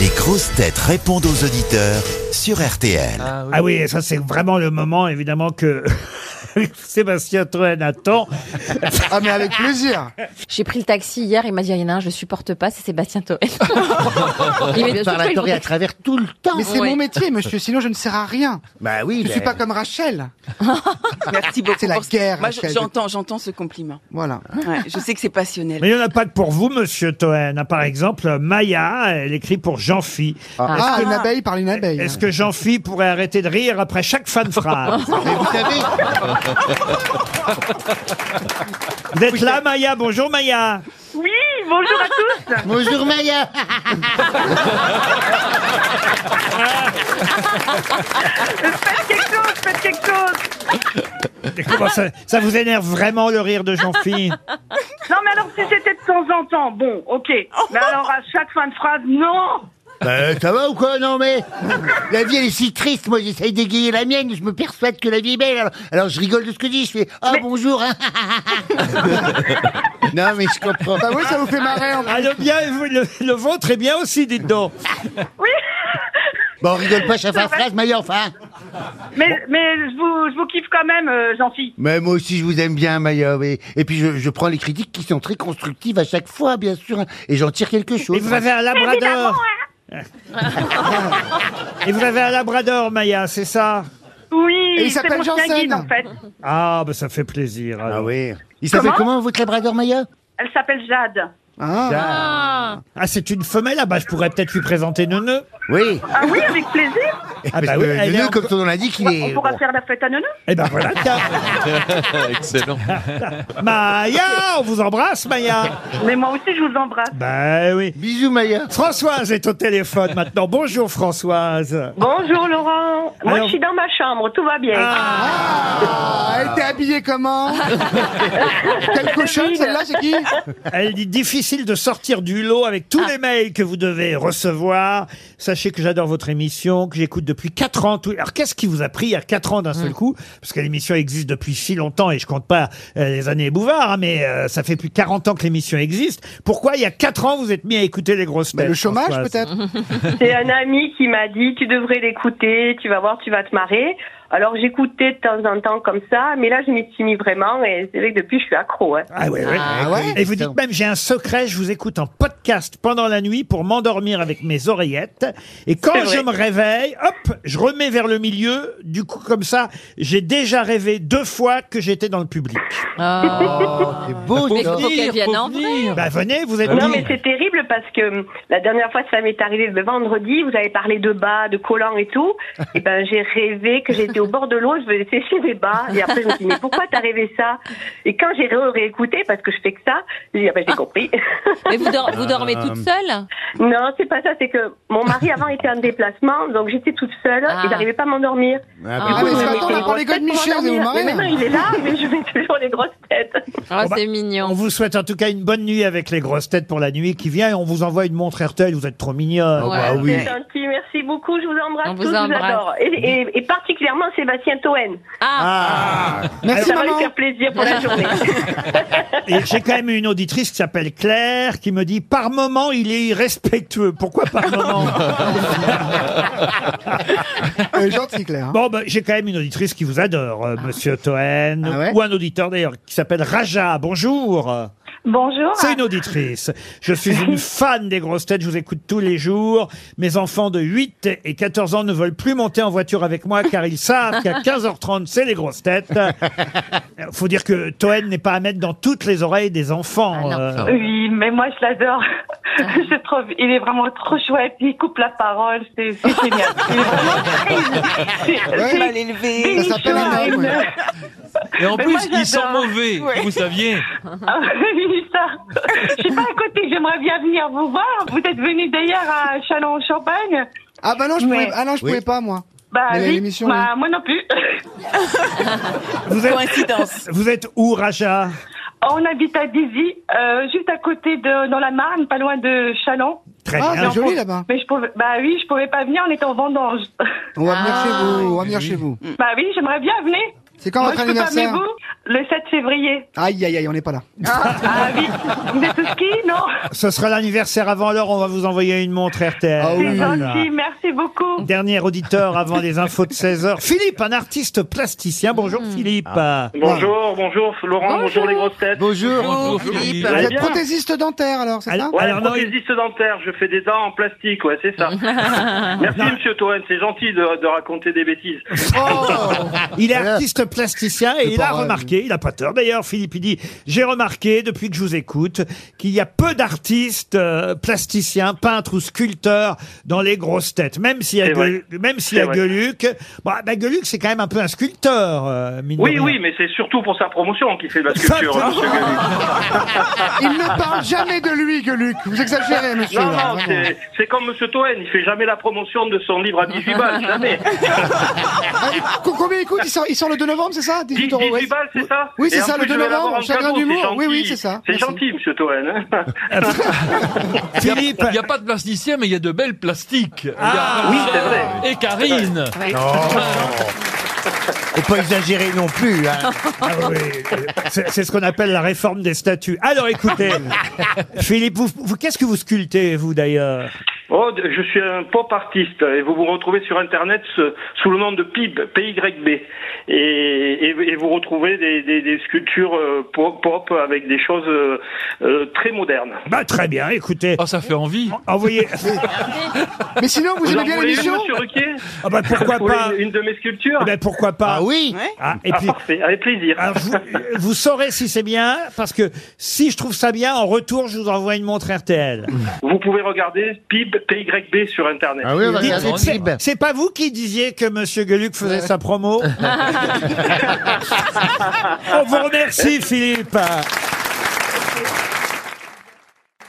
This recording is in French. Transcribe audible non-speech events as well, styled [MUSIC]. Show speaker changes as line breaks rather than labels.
Les grosses têtes répondent aux auditeurs sur RTL.
Ah oui, et ça c'est vraiment le moment évidemment que [LAUGHS] Sébastien Toen attend.
Ah
[LAUGHS]
mais avec plaisir
J'ai pris le taxi hier, il m'a dit, il y en a un, je supporte pas, c'est Sébastien [LAUGHS] Toen. il m'a dit,
par la
il faut
Torée à travers tout le temps.
Mais c'est
Ouais.
mon métier monsieur, sinon je ne sers à Ah, rien.
Bah oui,
Je
bah,
suis pas comme Rachel.
Merci beaucoup.
C'est la
pour ce-
guerre,
Moi, je-
Rachel.
j'entends, j'entends ce compliment.
Voilà.
Ah.
Ouais, je sais que c'est passionnel.
Mais il n'y en a pas que pour vous, monsieur Toen. Par exemple, Maya, elle écrit pour Jean-Phi.
Ah, une abeille par une abeille.
Est-ce que Jean-Phi pourrait arrêter de rire après chaque fin de phrase
[LAUGHS] mais vous savez,
Vous êtes là, Maya Bonjour, Maya.
Oui, bonjour à tous.
[LAUGHS] bonjour
[LAUGHS]
Maya.
Faites quelque chose, faites quelque chose.
Et comment ça, ça vous énerve vraiment le rire de
[LAUGHS]
Jean-Phi
Non, mais alors si c'était de temps en temps, bon, ok. Mais alors à chaque fin de phrase, non.
Bah, ça va ou quoi Non mais la vie elle est si triste. Moi j'essaye d'égayer la mienne. Je me persuade que la vie est belle. Alors, alors, je rigole de ce que je dis. Je fais ah bonjour. [LAUGHS] hein. non mais je comprends.
Bah oui, ça vous fait marrer en
ah, le, bien, vous- le, le vôtre est bien aussi, dites donc.
Bon, on rigole pas chaque phrase, hein. Maya. Enfin.
Mais, mais je vous, je vous kiffe quand même, euh, Jean-Phi.
Mais moi aussi je vous aime bien, Maya. oui. Et puis je, je prends les critiques qui sont très constructives à chaque fois, bien sûr. hein. Et j'en tire quelque chose.
Et vous avez un labrador. Et vous avez un labrador, Maya, c'est ça
Et il
Oui, c'est
s'appelle
mon chien
Janssen.
guide en fait.
Ah, bah ça fait plaisir.
Ah
alors.
oui. Il s'appelle
Comment
comment votre labrador, Maya
Elle s'appelle Jade.
Ah.
Ah, c'est une femelle, ah bah je pourrais peut-être lui présenter Neuneu.
Oui.
Ah oui, avec plaisir.
Ah bah
Parce
oui,
que
elle
le
est
nœud,
en-
comme son nom l'indique, il
On
est.
pourra
bon.
faire la fête à Neuneu.
Eh ben voilà,
[LAUGHS]
tiens.
Excellent.
[LAUGHS] Maya, on vous embrasse, Maya.
Mais moi aussi, je vous embrasse.
Bah oui.
Bisous, Maya.
Françoise est au téléphone maintenant. Bonjour Françoise.
Bonjour Laurent. Moi,
Alors-
je suis dans ma chambre, tout va bien.
Ah,
Ah, elle était
[LAUGHS]
habillée comment Quelle cochonne celle-là, c'est
Ben,
qui Ben,
elle dit difficile de sortir du lot avec tous les mails que vous devez recevoir. Sachez que j'adore votre émission, que j'écoute depuis 4 ans. tout- Alors qu'est-ce qui vous a pris il y a 4 ans d'un seul coup Parce que l'émission existe depuis si longtemps et je compte pas euh, les années Bouvard, hein, mais euh, ça fait plus de 40 ans que l'émission existe. Pourquoi il y a 4 ans vous êtes mis à écouter les grosses
Bah,
têtes
Le chômage
Françoise
peut-être
C'est un ami qui m'a dit tu devrais l'écouter, tu vas voir, tu vas te marrer. Alors j'écoutais de temps en temps comme ça, mais là je m'y suis mis vraiment et c'est vrai que depuis je suis accro. hein.
Ah ouais, ouais.
Ah ouais
Et vous dites même, j'ai un secret, je vous écoute en podcast pendant la nuit pour m'endormir avec mes oreillettes. Et quand je me réveille, hop, je remets vers le milieu. Du coup, comme ça, j'ai déjà rêvé deux fois que j'étais dans le public.
C'est beau,
Mais
ça.
Oh. faut qu'elle vienne en vrai.
Bah, venez, vous
Ah
êtes
Non
libre.
mais c'est terrible parce que hum, la dernière fois ça m'est arrivé le vendredi, vous avez parlé de bas, de collants et
[LAUGHS]
tout. Et ben j'ai rêvé que j'étais au bord de l'eau, je vais sécher mes bas. Et après je me suis dit mais pourquoi t'as rêvé ça Et quand j'ai ré- réécouté parce que je fais que ça, j'ai dit ah ben j'ai compris.
[LAUGHS]
Mais vous, dor- vous dormez toute seule
non c'est pas ça, c'est que mon mari avant était en déplacement, donc j'étais toute seule
Ah.
et j'arrivais pas à m'endormir.
Ah, mais ce matin, on a
Les grosses
parlé que de
têtes pour
Michel, vous
endormir.
marrez hein.
Mais maintenant, il
[LAUGHS]
est là, mais je mets toujours les grosses têtes.
Ah,
Bon, bah,
c'est
On
mignon.
vous souhaite en tout cas une bonne nuit avec les grosses têtes pour la nuit qui vient. Et on vous envoie une montre RTL, vous êtes trop mignonne.
Ouais.
Ah oui.
C'est gentil, merci beaucoup, je vous embrasse
On vous
tous,
embrasse.
je vous adore. Et, et- et particulièrement Sébastien Toen.
Ah,
Ah.
Merci
Ça va lui
maman.
faire plaisir pour la journée.
Et j'ai quand même une auditrice qui s'appelle Claire qui me dit par moment il est irrespectueux. Pourquoi par
[LAUGHS]
moment
Elle est gentille Claire. hein.
Bon, bah, j'ai quand même une auditrice qui vous adore, euh, monsieur Toen,
Ah ouais
ou un auditeur d'ailleurs qui s'appelle Raja. Bonjour.
Bonjour.
C'est une auditrice. Je suis une fan des grosses têtes, je vous écoute tous les jours. Mes enfants de 8 et 14 ans ne veulent plus monter en voiture avec moi car ils savent qu'à 15h30, c'est les grosses têtes. Euh, Faut dire que Toen n'est pas à mettre dans toutes les oreilles des enfants. euh,
Oui, mais moi je l'adore. [LAUGHS] Je trouve, il est vraiment trop chouette. Il coupe la parole, c'est c'est génial. Il est vraiment très- c'est-
Ouais.
c'est
Mal élevé.
Ça s'appelle une
Michel.
homme, ouais.
Et en
Mais
plus,
moi, j'adore.
il sent mauvais,
Ouais.
vous saviez.
Ah oui, ça. Je suis pas à côté, j'aimerais bien venir vous voir. Vous êtes venu d'ailleurs à Chalon-en-Champagne.
Ah bah non, je pouvais,
Ouais.
ah, non, je
Oui.
pouvais pas moi.
Bah
Mais
oui,
l'émission,
bah, moi non plus. [LAUGHS]
vous, êtes,
Coïncidence.
vous êtes où, Raja
On habite à Dizy, euh, juste à côté de, dans la Marne, pas loin de Chalon.
Très
Ah,
bien.
c'est joli là-bas.
Mais je pouvais, bah oui, je pouvais pas venir, on était en vendange. [LAUGHS]
Mm.
On va venir chez vous, on va venir chez vous.
bah oui, j'aimerais bien venir.
C'est quand
Moi,
votre
je peux pas, mais
anniversaire
vous, le 7 février.
Aïe, aïe, aïe, on n'est pas là.
Ah oui, vous êtes au ski, non
Ce sera l'anniversaire avant l'heure, on va vous envoyer une montre RTL.
Ah
C'est
oui.
Voilà.
gentil, merci beaucoup.
Dernier auditeur avant les infos de 16h. Philippe, un artiste plasticien. Bonjour
Hmm.
Philippe.
Bonjour, bonjour Laurent, bonjour, les grosses têtes.
Bonjour.
Bonjour, Philippe.
Vous
Allez
êtes
bien.
prothésiste dentaire alors, c'est ça
Alors-
Ouais,
non, il-
prothésiste dentaire, je fais des dents en plastique, ouais, c'est
[LAUGHS]
ça. Merci monsieur Toen, c'est gentil de, de raconter des bêtises.
Il est artiste plasticien et il a remarqué, il a pas tort d'ailleurs, Philippe, il dit J'ai remarqué depuis que je vous écoute qu'il y a peu d'artistes euh, plasticiens, peintres ou sculpteurs dans les grosses têtes. Même s'il y a,
C'est vrai.
Gueuluc, même s'il y a
C'est vrai.
Gueuluc, bon, bah, Gueuluc, c'est quand même un peu un sculpteur, euh, mine de
Oui,
rien.
oui, mais c'est surtout pour sa promotion qu'il fait de la sculpture, hein,
Ça,
monsieur Gueluc.
Il ne parle jamais de lui, que Luc. Vous exagérez, monsieur.
Non,
là,
non,
vraiment.
c'est- c'est comme monsieur Toen, il fait jamais la promotion de son livre à 18
[LAUGHS]
balles, jamais.
Ah, co- Combien il coûte il sort, il sort le 2 novembre, c'est ça
10,
18 euros.
18
ouais.
balles, c'est ça
Oui, c'est
Et en
ça,
plus,
le
je
2
vais
novembre,
l'avoir en
chagrin
cadeau,
d'humour.
c'est gentil.
Oui, oui, c'est ça.
C'est
Merci.
gentil, monsieur Toen. hein.
Philippe,
Il n'y a pas de plasticien, mais il y a de belles plastiques. Il y a
Ah,
oui, c'est vrai.
Et Karine.
Faut pas exagérer non plus. Hein.
[LAUGHS] Ah oui, euh, c'est c'est ce qu'on appelle la réforme des statuts. Alors
[LAUGHS]
écoutez, Philippe, vous, vous- qu'est-ce que vous sculptez, vous d'ailleurs
Oh, de- je suis un pop artiste et vous vous retrouvez sur internet ce- sous le nom de PIB, PYB. Et, et, et vous retrouvez des, des, des sculptures euh, pop, pop avec des choses euh, euh, très modernes.
Bah très bien, écoutez,
Oh, ça fait envie.
envoyez...
[LAUGHS]
Mais sinon, vous,
Vous en
aimez bien
voulez une,
l'émission
monsieur Ruquier
Ah bah [LAUGHS] pourquoi
Vous voulez
pas
une, une de mes sculptures
Eh ben, pourquoi pas
Ah oui.
Ah, et
Ah,
puis, Ah.
parfait, avec plaisir.
alors, vous, vous saurez si c'est bien, parce que si je trouve ça bien, en retour, je vous envoie une montre RTL.
Vous pouvez regarder PIB, PYB sur internet.
Ah oui, on va
Dites-
regarder le
c'est-
film.
C'est pas vous qui disiez que Monsieur Gueluc faisait sa promo On vous remercie, Philippe.